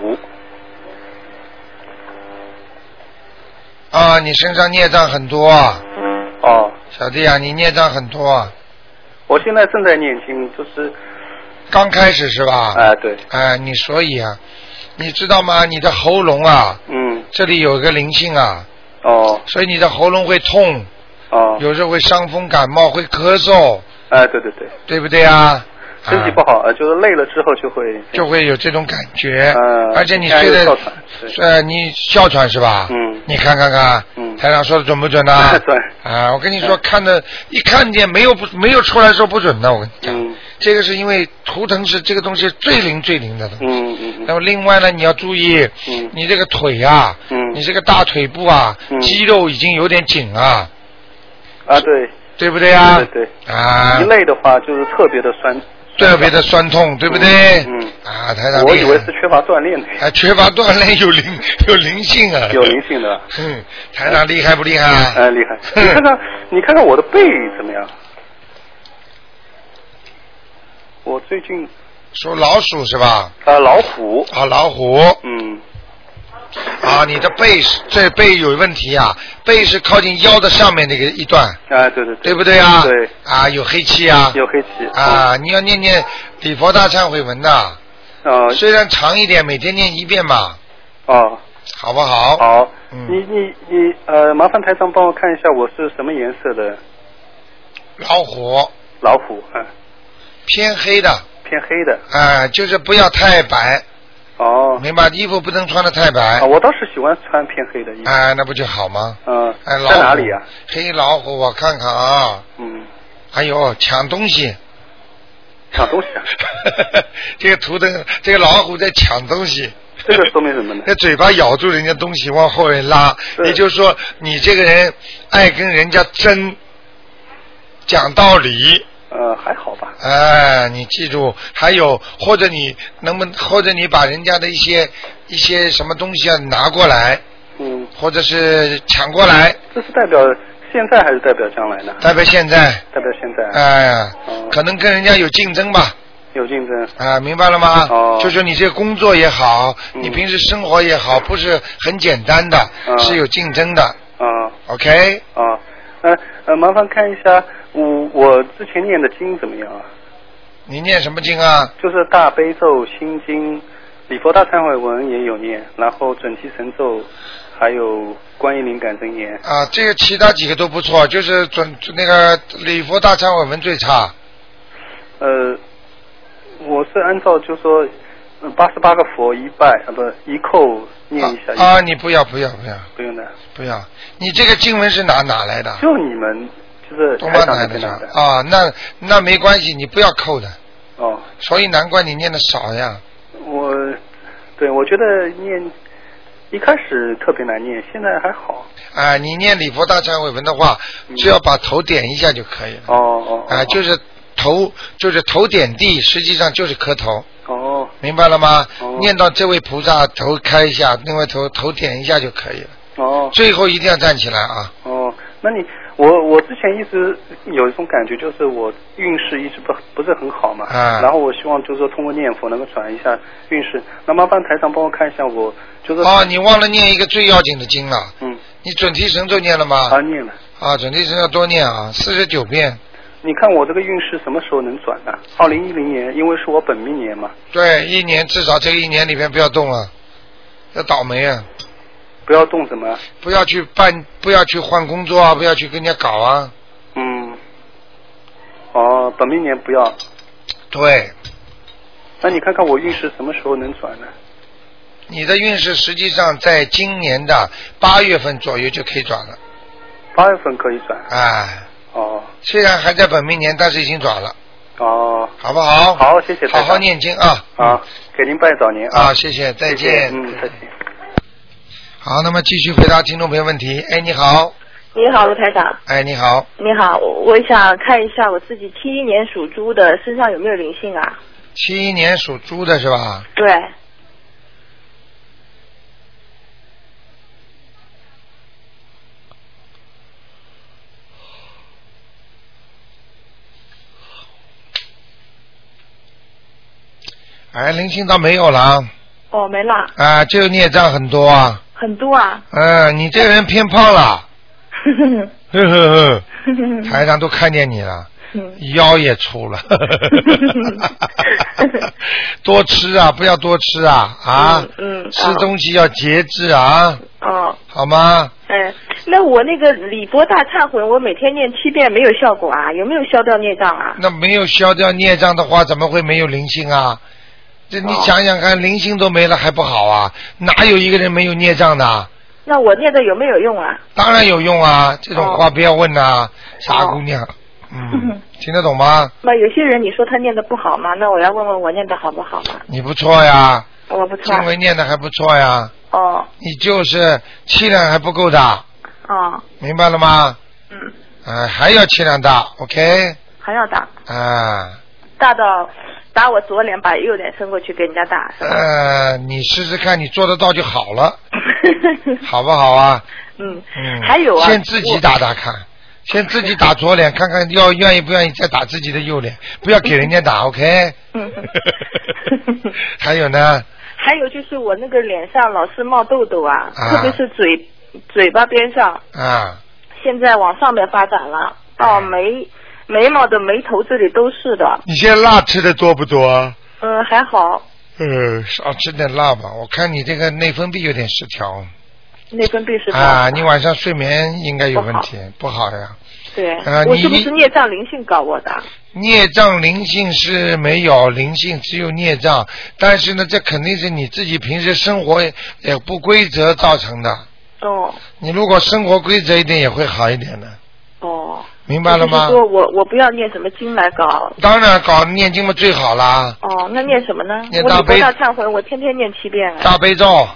啊，你身上孽障很多啊，哦，小弟啊，你孽障很多啊，我现在正在念经，就是刚开始是吧？啊，对，哎，你所以啊，你知道吗？你的喉咙啊，嗯，这里有一个灵性啊，哦，所以你的喉咙会痛，哦，有时候会伤风感冒，会咳嗽，啊，对对对，对不对啊？身体不好，呃，就是累了之后就会，就会有这种感觉，呃，而且你现睡在又哮的喘，呃，你哮喘是吧？嗯，你看看看，嗯，台长说的准不准呢、啊？ 对，啊，我跟你说，看的一看见没有不没有出来说不准的，我跟你讲，嗯这个是因为图腾是这个东西最灵最灵的东西。嗯嗯。那么另外呢，你要注意，嗯，你这个腿啊，嗯你这个大腿部啊，嗯肌肉已经有点紧啊，啊，对，对不对啊？对对啊对，一，累的话就是特别的酸，特别的酸痛，对不对？嗯，啊，台长我厉以害为是缺乏锻炼的，还啊缺乏锻炼，有灵有灵性啊，有灵性的， 嗯，台长厉害不厉害啊？哎， 厉害，你看看，你看看我的背怎么样？我最近属老鼠是吧？啊，老虎。啊，老虎。嗯。啊，你的背是这背有问题啊，背是靠近腰的上面那个一段，啊，对对对，对不对啊？对。啊，有黑气啊。有黑气。啊，你要念念礼佛大忏悔文呐。啊。虽然长一点，每天念一遍吧，哦，好不好？嗯好。你你你呃，麻烦台长帮我看一下我是什么颜色的老虎老虎？嗯，偏黑的，偏黑的。啊，就是不要太白，哦。明白？衣服不能穿的太白。啊，我倒是喜欢穿偏黑的衣服。哎，那不就好吗？嗯。哎，老虎在哪里啊？？黑老虎，我看看啊。嗯。哎呦，抢东西！抢东西啊！这个图腾，这个老虎在抢东西。这个说明什么呢？ 那嘴巴咬住人家东西往后面拉，也就是说你这个人爱跟人家争，讲道理。呃，还好吧。哎，你记住，还有或者你能不能，或者你把人家的一些一些什么东西啊拿过来，嗯，或者是抢过来，这是代表呃现在还是代表将来呢？代表现在，代表现在啊。哎呀，可能跟人家有竞争吧。有竞争。啊，明白了吗？哦就说你这个工作也好，你平时生活也好，不是很简单的，嗯是有竞争的。啊 OK，啊，呃呃，麻烦看一下我我之前念的经怎么样啊？你念什么经啊？就是大悲咒、心经、礼佛大忏悔文也有念，然后准提神咒，还有观音灵感真言。啊，这个其他几个都不错，就是准那个礼佛大忏悔文最差。呃，我是按照就说呃八十八个佛一拜啊，不一叩念一下，啊，你不要不要不要不用的，不要，你这个经文是哪哪来的？就你们就是东台方长台那边拿的。啊，那那没关系，你不要扣的，哦，所以难怪你念的少呀。我对我觉得念一开始特别难念，现在还好。啊，你念礼佛大忏悔文的话，只要把头点一下就可以了。嗯哦哦。啊，就是头，就是头点地，实际上就是磕头，哦明白了吗？哦念到这位菩萨头开一下，另外头头点一下就可以了。哦最后一定要站起来啊！哦，那你我我之前一直有一种感觉，就是我运势一直不不是很好嘛。啊然后我希望就是说通过念佛能够转一下运势。那麻烦台长帮我看一下我，就是啊，你忘了念一个最要紧的经了。嗯。你准提神咒念了吗？啊念了。啊，准提神要多念啊，四十九遍。你看我这个运势什么时候能转呢？二零一零年，因为是我本命年嘛。对，一年至少这一年里面不要动了，要倒霉啊！不要动什么？不要去办，不要去换工作啊，不要去跟人家搞啊。嗯，哦，本命年不要。对，那你看看我运势什么时候能转呢？你的运势实际上在今年的八月份左右就可以转了，八月份可以转。哎，哦虽然还在本命年，但是已经转了，哦，好不好？好，谢谢台好长。好念经啊！啊，给您拜早年啊。啊谢谢再见嗯，再见。好，那么继续回答听众朋友问题。哎，你好，你好，卢台长。哎，你好，你好，我我想看一下我自己七一年属猪的身上有没有灵性啊？七一年属猪的是吧？对，哎，灵性倒没有了啊哦，没了，啊，就孽障很多啊。很多 啊。嗯，你这个人偏胖了，呵呵呵，台上都看见你了，腰也粗 了，多吃啊，不要多吃啊啊，嗯，嗯吃东西要节制啊，哦，好吗？哎，那我那个李波大忏悔，我每天念七遍没有效果啊？有没有消掉孽障啊？那没有消掉孽障的话，怎么会没有灵性啊？这你想想看，灵性都没了还不好啊？哪有一个人没有孽障的？那我念的有没有用啊？当然有用啊，这种话不要问呐、傻姑娘，嗯，听得懂吗？ 那有些人你说他念的不好嘛，那我要问问我念的好不好嘛？你不错呀，我不错经。文念的还不错呀，哦你就是气量还不够大，哦，明白了吗？嗯。呃，还要气量大，OK？还要打，啊，大到打我左脸，把右脸伸过去给人家打，是吧？呃，你试试看，你做得到就好 了，好不好啊？嗯，嗯。还有啊先自己打打看，先自己打左脸，看看要愿意不愿意再打自己的右脸，不要给人家 打，OK？嗯。还有呢，还有就是我那个脸上老是冒痘痘啊，啊特别是嘴嘴巴边上，啊，现在往上面发展了，嗯到眉眉毛的眉头这里都是的。你现在辣吃的多不多？嗯，还好，呃，少吃点辣吧。我看你这个内分泌有点失调内分泌失调。啊，你晚上睡眠应该有问题，不好呀。对，啊我你是不是孽障灵性搞我的？孽障灵性是没有灵性，只有孽障。但是呢，这肯定是你自己平时生活也不规则造成的。哦你如果生活规则一点，也会好一点的，哦，明白了就吗是？说我我不要念什么经来搞。当然，搞念经嘛最好啦，哦，那念什么呢？念我大礼佛悲大忏悔，我天天念七遍啊。大悲咒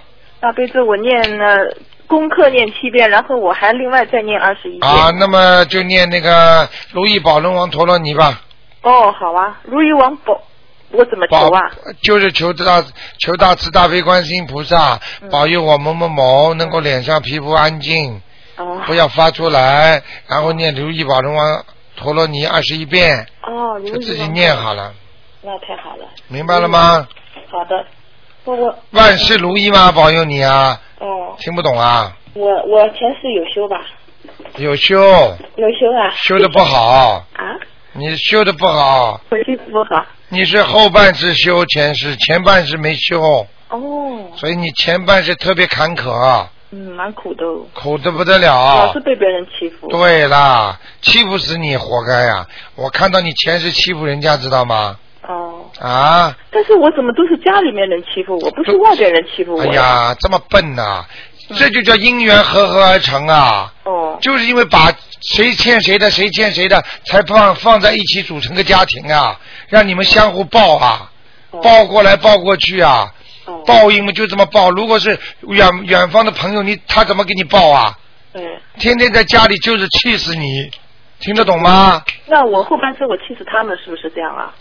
大悲咒我念了功课念七遍，然后我还另外再念二十一遍。啊，那么就念那个如意宝轮王陀罗尼吧，哦，好啊，如意王宝，我怎么求啊？就是求大求大慈大悲观世音菩萨嗯保佑我某某某能够脸上皮肤安静，哦不要发出来，然后念如意宝轮王陀罗尼二十一遍，哦，如意就王自己念好了，那太好了，嗯明白了吗？好的。我我万事如意嘛，保佑你啊！哦，听不懂啊？我我前世有修吧，有修，有修啊。修的不好，啊，你修的不好，我修不好。你是后半世修前世，前半世没修，哦，所以你前半世特别坎坷，嗯，蛮苦的哦，苦的不得老了啊是。被别人欺负。对啦，欺负死你，活该呀、我看到你前世欺负人家，知道吗？哦，啊，但是我怎么都是家里面人欺负我，不是外边人欺负我。哎，呀，这么笨呐、这就叫因缘和合而成啊。嗯哦，就是因为把谁欠谁的，谁欠谁的，才放放在一起组成个家庭啊，让你们相互报啊，哦报过来报过去啊，报应嘛就这么报。如果是远远方的朋友，你他怎么给你报啊？对，天天在家里就是气死你，听得懂吗？那我后半生我气死他们是不是这样啊？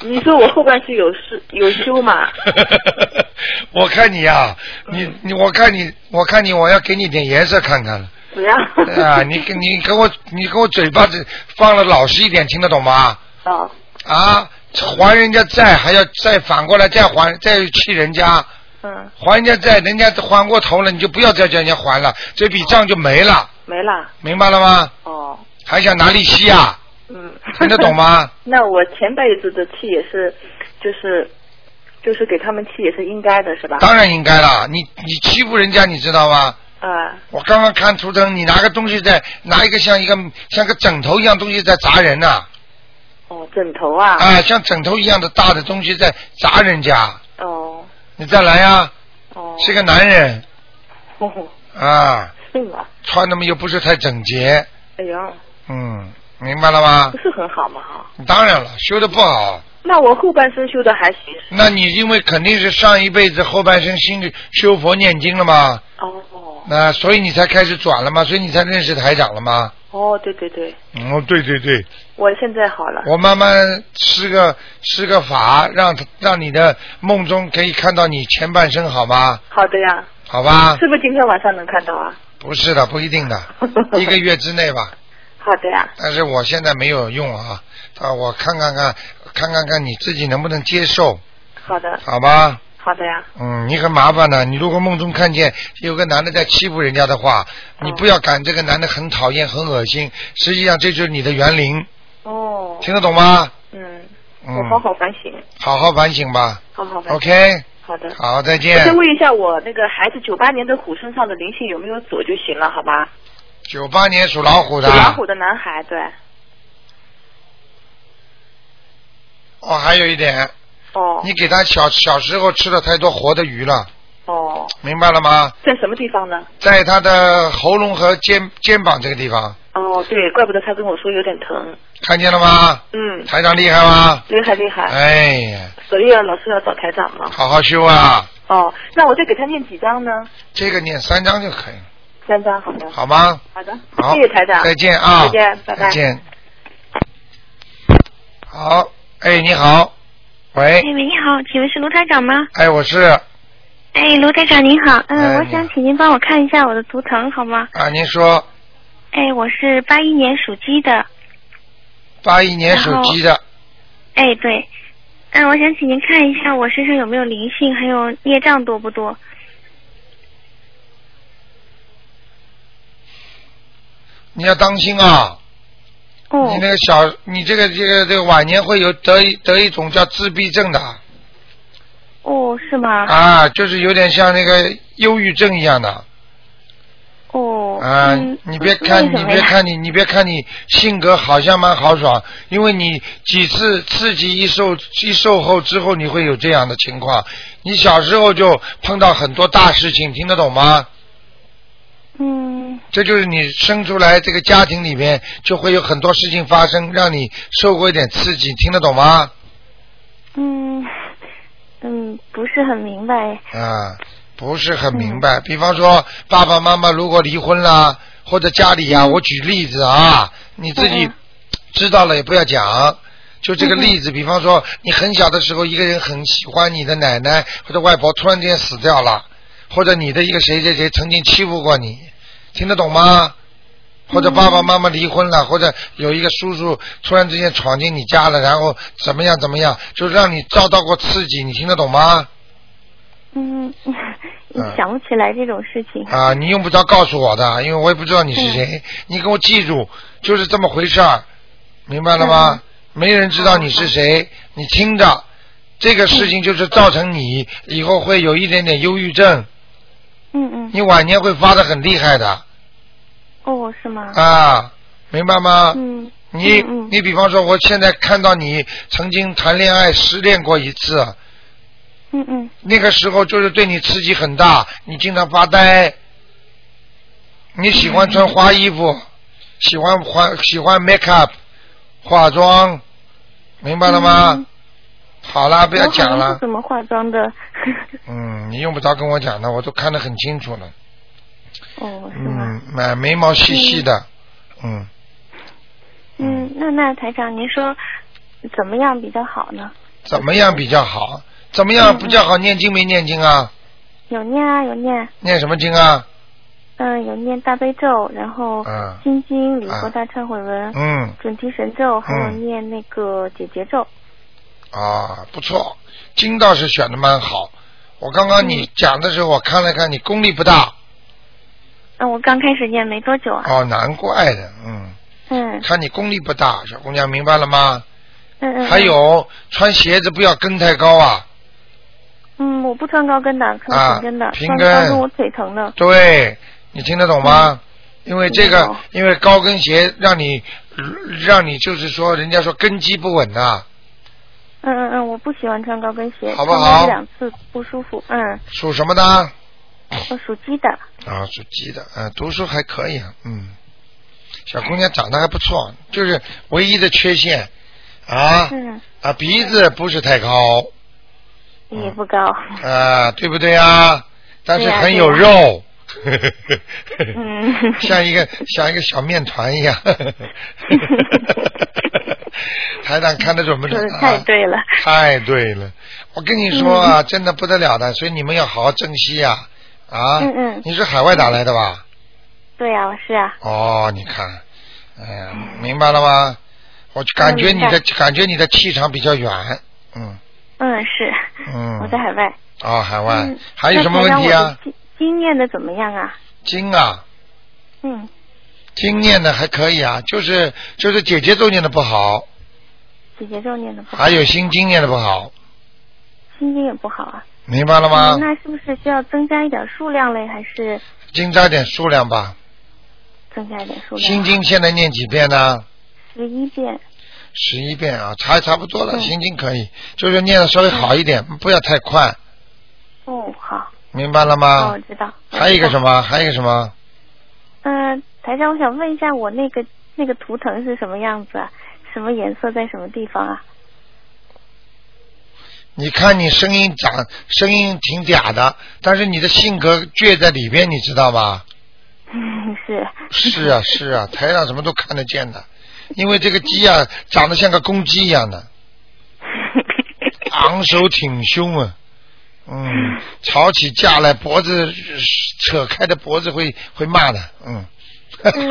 你说我后半生有事有修 嘛？我看你呀、你你我看你我看你，我要给你点颜色看看了。 怎样？啊，你跟你跟我你跟我嘴巴子放了老实一点，听得懂吗？啊啊，还人家债还要再反过来再还再气人家，嗯，还人家债，人家还过头了，你就不要再叫人家还了，这笔账就没了，没啦。明白了吗？哦，还想拿利息啊？嗯，听得懂吗？那我前辈子的气也是，就是就是给他们气也是应该的，是吧？当然应该了，你你欺负人家，你知道吗？啊、我刚刚看图腾，你拿个东西在拿一个像一个像个枕头一样东西在砸人呐、啊哦，枕头啊。啊，像枕头一样的大的东西在砸人家。哦。你再来呀、哦。是个男人哦，啊，是吗？穿的嘛又不是太整洁，哎呀，嗯，明白了 吗不？是很好嘛哈。当然了，修的不好，那我后半生修的还行。那你因为肯定是上一辈子后半生心里修佛念经了嘛，哦那所以你才开始转了嘛，所以你才认识台长了嘛。哦，对对对，嗯，哦对对对，我现在好了。我慢慢施个施个法，让让你的梦中可以看到你前半生，好吗？好的呀。好吧，是不是今天晚上能看到啊？不是的，不一定 的，一个月之内吧。好的呀。但是我现在没有用啊，啊，我看看看，看看看你自己能不能接受，好的。好吧？好的呀。嗯，你很麻烦的、你如果梦中看见有个男的在欺负人家的哦话，你不要赶这个男的很讨厌、很恶心，实际上这就是你的园林，哦。听得懂吗？嗯，嗯我，好好反省，好好反省吧。好好反省。 OK，好的。好，再我见先。问一下我那个孩子九八年的虎身上的灵性有没有走就行了，好吧？九八年属老虎的，啊属老虎的男孩，对。哦，还有一点，哦你给他小小时候吃了太多活的鱼了，哦，明白了吗？在什么地方呢？在他的喉咙和肩肩膀这个地方，哦，对，怪不得他跟我说有点疼。看见了吗？嗯。台长厉害吗？厉害厉害。哎呀，所以啊，老师要找台长嘛。好好修啊！哦，那我再给他念几张呢？这个念三章就可以了，三张，好的。好吗？好的，好，谢谢台长。再见啊！再见，拜拜。再见。好，哎，你好，喂，哎，喂，你好，请问是卢台长吗？哎，我是哎，卢台长您好，嗯、哎我你想请您帮我看一下我的图腾好吗？啊，您说哎，我是八一年属鸡的，八一年属鸡的，哎，对，嗯、我想请您看一下我身上有没有灵性，还有孽障多不多？你要当心啊！哦你那个小，你这个这个这个晚年会有得一得一种叫自闭症的哦，是吗？啊，就是有点像那个忧郁症一样的。哦，啊、嗯你别看，为什你么呀别看你，你别看你性格好像蛮豪爽，因为你几次刺激一受一受后之后，你会有这样的情况。你小时候就碰到很多大事情，听得懂吗？嗯，这就是你生出来这个家庭里面就会有很多事情发生，让你受过一点刺激，听得懂吗？嗯，嗯，不是很明白。啊，不是很明白。比方说，爸爸妈妈如果离婚啦，或者家里呀、我举例子啊，你自己知道了也不要讲。就这个例子，比方说，你很小的时候，一个人很喜欢你的奶奶或者外婆，突然之间死掉了，或者你的一个谁谁谁曾经欺负过你，听得懂吗？或者爸爸妈妈离婚了，或者有一个叔叔突然之间闯进你家了，然后怎么样怎么样，就让你遭到过刺激，你听得懂吗？嗯，嗯想不起来这种事情。啊，你用不着告诉我的，因为我也不知道你是谁，你给我记住，就是这么回事儿，明白了吗？没人知道你是谁，你听着，这个事情就是造成你以后会有一点点忧郁症，嗯嗯，你晚年会发的很厉害的哦，是吗？啊，明白吗？嗯你嗯嗯你比方说，我现在看到你曾经谈恋爱失恋过一次，嗯嗯，那个时候就是对你刺激很大，你经常发呆，你喜欢穿花衣嗯服，喜欢花喜欢 make up 化妆，明白了吗？好啦，不要讲嗯我好像了不，怎么化妆的？嗯，你用不着跟我讲的，我都看得很清楚了，哦，是吗？嗯，买眉毛细细的，嗯，嗯，那那台长，您说怎么样比较好呢？怎么样比较好？怎么嗯样比较好？念经没念经啊？有念啊，有念，念什么经啊？嗯、有念大悲咒，然后嗯心经、礼佛大忏悔文、嗯准提神咒，还有嗯念那个解结咒。啊，不错，经倒是选的蛮好。我刚刚你讲的时候，我看了看你功力不大，嗯、我刚开始念没多久啊。哦，难怪的，嗯，嗯看你功力不大，小姑娘明白了吗？嗯嗯。还有穿鞋子不要跟太高啊，目，嗯不穿高跟的，穿啊平跟的，平穿跟高跟我腿疼的。对，你听得懂吗？嗯因为这个，因为高跟鞋让你让你就是说，人家说根基不稳啊呐、嗯嗯嗯，我不喜欢穿高跟鞋，好不穿过好一两次不舒服。嗯，属什么的？啊，我属鸡的。属鸡的，嗯、读书还可以啊，嗯，小姑娘长得还不错，就是唯一的缺陷啊嗯，啊，鼻子不是太 高嗯也不高。啊，对不对啊？但是对呀很对有呀肉，嗯， 像一个像一个小面团 一样。 台长看得准 不准说的啊？太对了。太对了，我跟你说啊，嗯真的不得了的，所以你们要好好珍惜啊啊！嗯嗯你是海外打来的吧？对呀、我是啊。哦，你看，哎呀，明白了吗？我感觉你的嗯明感觉你的气场比较远，嗯嗯，是嗯。我在海外。哦，海外嗯还有什么问题？那台啊长？我的经经验的怎么样啊？经啊，嗯，经念的还可以啊，就是就是姐姐咒念的不好，姐姐咒念的不好，还有心经念的不好，心经也不好啊。明白了吗嗯？那是不是就要增加一点数量嘞？还是经加点数量吧。增加一点数量？心经现在念几遍呢？十一遍。十一遍啊，差差不多了，嗯心经可以，就是念的稍微好一点，不要太快，哦，好，明白了那吗我？知道。啊还有一个什么？么？还有一个什么？嗯、台长，我想问一下，我那个那个图腾是什么样子啊？什么颜色在什么地方啊？ 你看你声音长，声音挺嗲的，但是你的性格倔在里边，你知道吗？嗯，是。是啊，是啊，台上什么都看得见的，因为这个鸡啊，长得像个公鸡一样的，昂首挺胸啊，嗯，吵起架来脖子扯开的脖子会会骂的，嗯。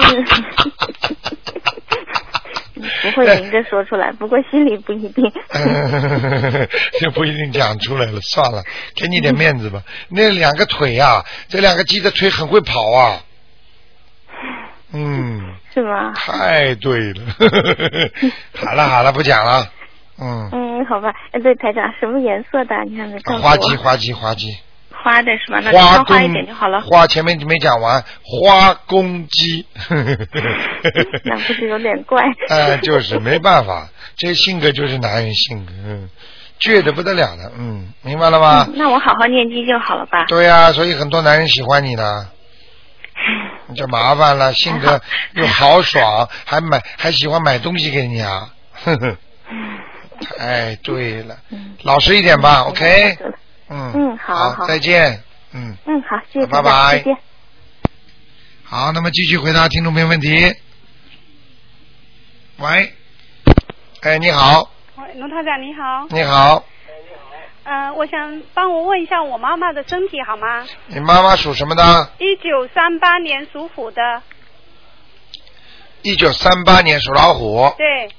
不会哎明着说出来，不过心里不一定。 就不一定讲出来了，算了，给你点面子吧。那两个腿啊，这两个鸡的腿很会跑啊。嗯，是吗？太对了。 好了好了，不讲了。嗯，嗯，好吧。哎，对，台长，什么颜色的啊？你还没告诉我。花鸡花鸡花鸡，花的是吧？那就花稍花一公点就好了。花前面没讲完，花公鸡。嗯那不是有点怪？ 哎，就是没办法，这性格就是男人性格，嗯，倔得不得了的，嗯，明白了吗？嗯那我好好念经就好了吧？对呀、所以很多男人喜欢你呢，你就麻烦了，性格又豪爽，还买还喜欢买东西给你啊，呵呵。嗯 哎，对了，老实一点吧，OK，嗯，嗯好好再见，嗯，嗯，好，谢谢拜台长，拜再见。好，那么继续回答听众朋友问题。喂，哎，你好，喂卢台长你好，你好，嗯、我想帮我问一下我妈妈的身体好吗？你妈妈属什么的？一九三八年属虎的，一九三八年属老虎，对，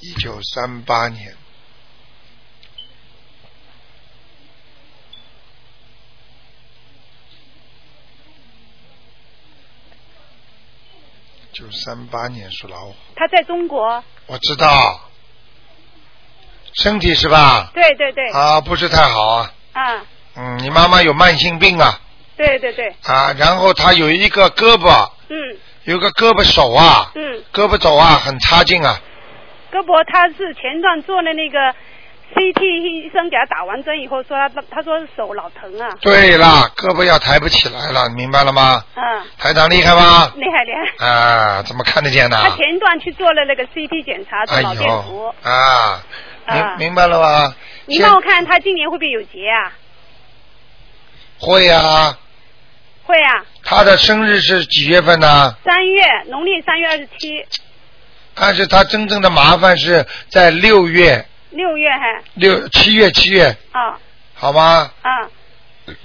一九三八年。九三八年属老虎，她在中国，我知道，身体是吧？对对对，啊，不是太好啊。嗯，嗯，你妈妈有慢性病啊对对对，啊，然后她有一个胳膊，嗯有一个胳膊手啊，嗯，胳膊肘啊很差劲啊，胳膊她是前段做了那个 CT 医生给她打完针以后说她她说手老疼啊，对啦，胳膊要抬不起来了，你明白了吗？嗯，台长厉害吧？厉害厉害，啊，怎么看得见呢？她前段去做了那个 CT 检查，做哎脑电图，呦，啊，啊明明白了吧？你先帮我看她今年会不会有结啊？会啊，会啊，他的生日是几月份呢？三月农历三月二十七，但是他真正的麻烦是在六月、六月还六七月、七月，啊好吗？啊。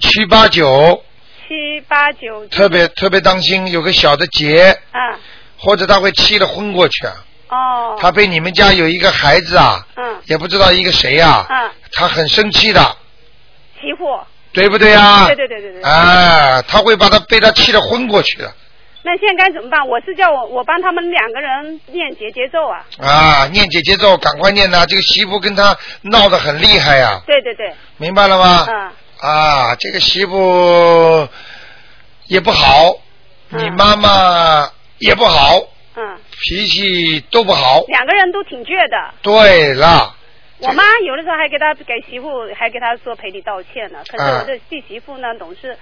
七八九七八九特别特别当心，有个小的结，嗯或者他会气得昏过去啊。哦他被你们家有一个孩子啊，嗯也不知道一个谁啊，嗯他很生气的，媳妇对不对啊？啊对对对对对啊，他会把他被他气得昏过去的，那现在该怎么办？我是叫我我帮他们两个人念结节奏啊。啊，念姐姐咒，赶快念呐！这个媳妇跟他闹得很厉害呀、对对对。明白了吗？嗯，啊，这个媳妇也不好，你妈妈也不好，嗯，脾气都不好。两个人都挺倔的。对了，我妈有的时候还给她给媳妇还给她说赔礼道歉嗯呢，可是我这弟媳妇呢总是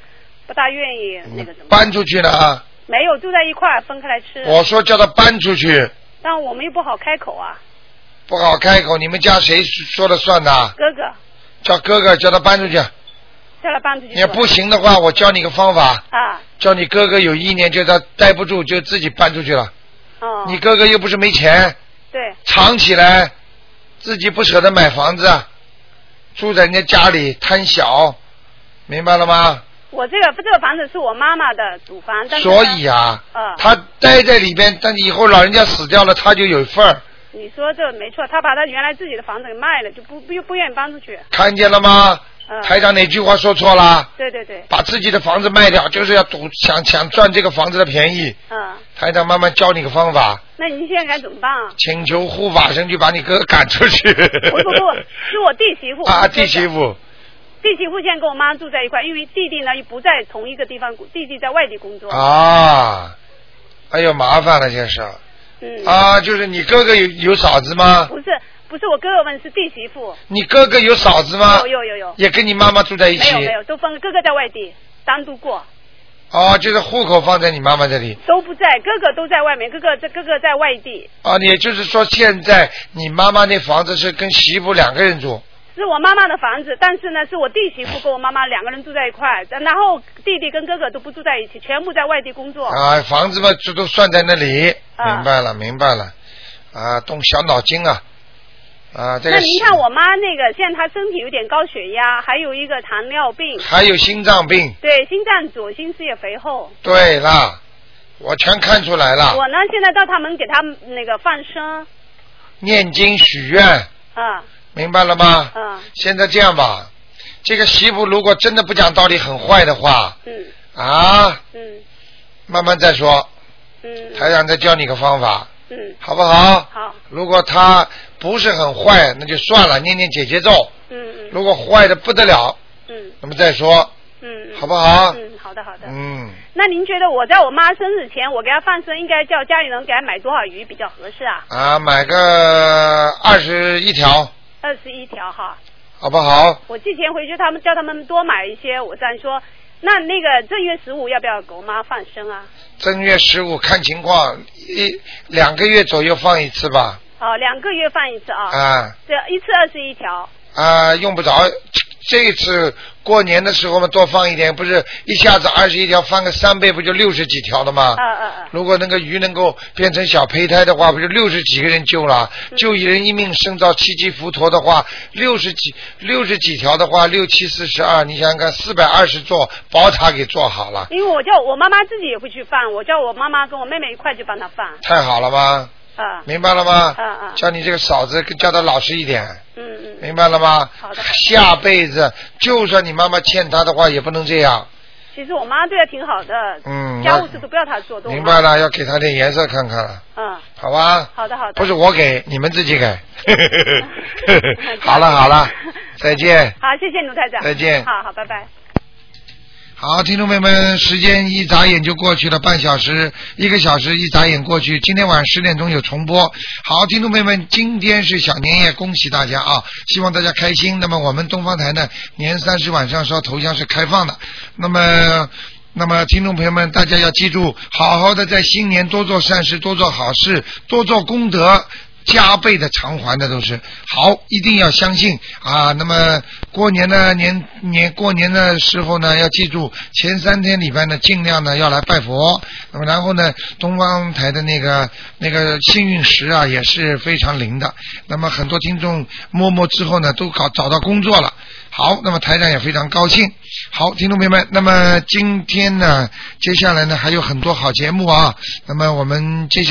不大愿意那个什么，搬出去了啊！没有住在一块儿分开来吃。我说叫他搬出去，但我们又不好开口啊，不好开口，你们家谁说了算呐？哥哥叫哥哥叫他搬出去，叫他搬出去也住。不行的话，我教你个方法，啊，叫你哥哥有意念，就他待不住就自己搬出去了。哦，你哥哥又不是没钱，对，藏起来，自己不舍得买房子，住在人家家里贪小，明白了吗？我这个这个房子是我妈妈的祖房，但是呢所以啊，嗯他待在里边，但以后老人家死掉了，他就有份儿，你说这没错，他把他原来自己的房子给卖了，就不不不愿意搬出去。看见了吗？嗯，台长哪句话说错啦？对对对，把自己的房子卖掉，就是要赌，想想赚这个房子的便宜。嗯，台长慢慢教你个方法，那你现在该怎么办啊？请求护法神去把你哥哥赶出去。不不 不，是我弟媳妇啊，弟媳，妇，弟媳妇现在跟我妈住在一块，因为弟弟呢又不在同一个地方，弟弟在外地工作。啊，哎呦，麻烦了，先生。嗯。啊，就是你哥哥有有嫂子吗？不是不是我哥哥们，是弟媳妇。你哥哥有嫂子哦吗？有有有有。也跟你妈妈住在一起。没有没有，都分哥哥在外地单独过，哦，就是户口放在你妈妈这里。都不在，哥哥都在外面，哥哥这哥哥在外地，啊，也就是说，现在你妈妈那房子是跟媳妇两个人住。是我妈妈的房子，但是呢，是我弟媳妇跟我妈妈两个人住在一块，然后弟弟跟哥哥都不住在一起，全部在外地工作。啊，房子嘛，这都算在那里。哦啊明白了，明白了。啊，动小脑筋啊！啊，这那个您看我妈那个，现在她身体有点高血压，还有一个糖尿病，还有心脏病。对心脏左心室也肥厚。对啦，我全看出来了。我呢，现在到他们给他们那个放生，念经许愿，啊，明白了吗？嗯。现在这样吧，这个媳妇如果真的不讲道理、很坏的话，嗯啊，嗯慢慢再说。嗯台长再教你个方法，嗯，好不好？好，如果她不是很坏，那就算了，念念姐姐咒。嗯嗯。如果坏的不得了，嗯那么再说，嗯，嗯好不好嗯，好的好的。嗯，那您觉得我在我妈生日前，我给她放生，应该叫家里人给她买多少鱼比较合适啊？啊，买个二十一条，二十一条哈。好不好？我寄钱回去，他们叫他们多买一些。我这样说，那那个正月十五要不要给我妈放生啊？正月十五看情况，一两个月左右放一次吧。哦，两个月放一次啊。啊这一次二十一条。啊，用不着。这一次过年的时候嘛，多放一点，不是一下子二十一条翻个三倍，不就六十几条了吗？嗯嗯嗯。如果那个鱼能够变成小胚胎的话，不就六十几个人救了？救一人一命胜造七级浮屠的话，六十几六十几条的话，六七四十二，你想想看，四百二十座宝塔给做好了，因为我叫我妈妈自己也会去放，我叫我妈妈跟我妹妹一块去帮她放。太好了吧？啊。明白了吗？啊啊。叫你这个嫂子叫她老实一点。嗯嗯。明白了吗？好的。下辈子就算你妈妈欠她的话，也不能这样。其实我妈对她挺好的，嗯家务事都不要她做，都我妈明白了，要给她点颜色看看了，嗯， 好吧？好的好的。不是我给，你们自己 给。 好了好了，再见。好，谢谢卢台长。再见好好，拜拜。好，听众朋友们，时间一眨眼就过去了，半小时、一个小时一眨眼过去。今天晚上十点钟有重播。好，听众朋友们，今天是小年夜，恭喜大家啊！希望大家开心。那么我们东方台呢，年三十晚上烧头香是开放的。那么。那么，听众朋友们，大家要记住，好好的在新年多做善事，多做好事，多做功德，加倍的偿还的都是好，一定要相信啊。那么过年呢，年年过年的时候呢，要记住前三天礼拜呢，尽量呢要来拜佛。那么然后呢，东方台的那个那个幸运石啊，也是非常灵的。那么很多听众摸摸之后呢，都搞找到工作了。好，那么台长也非常高兴。好，听众朋友们，那么今天呢，接下来呢还有很多好节目啊。那么我们接下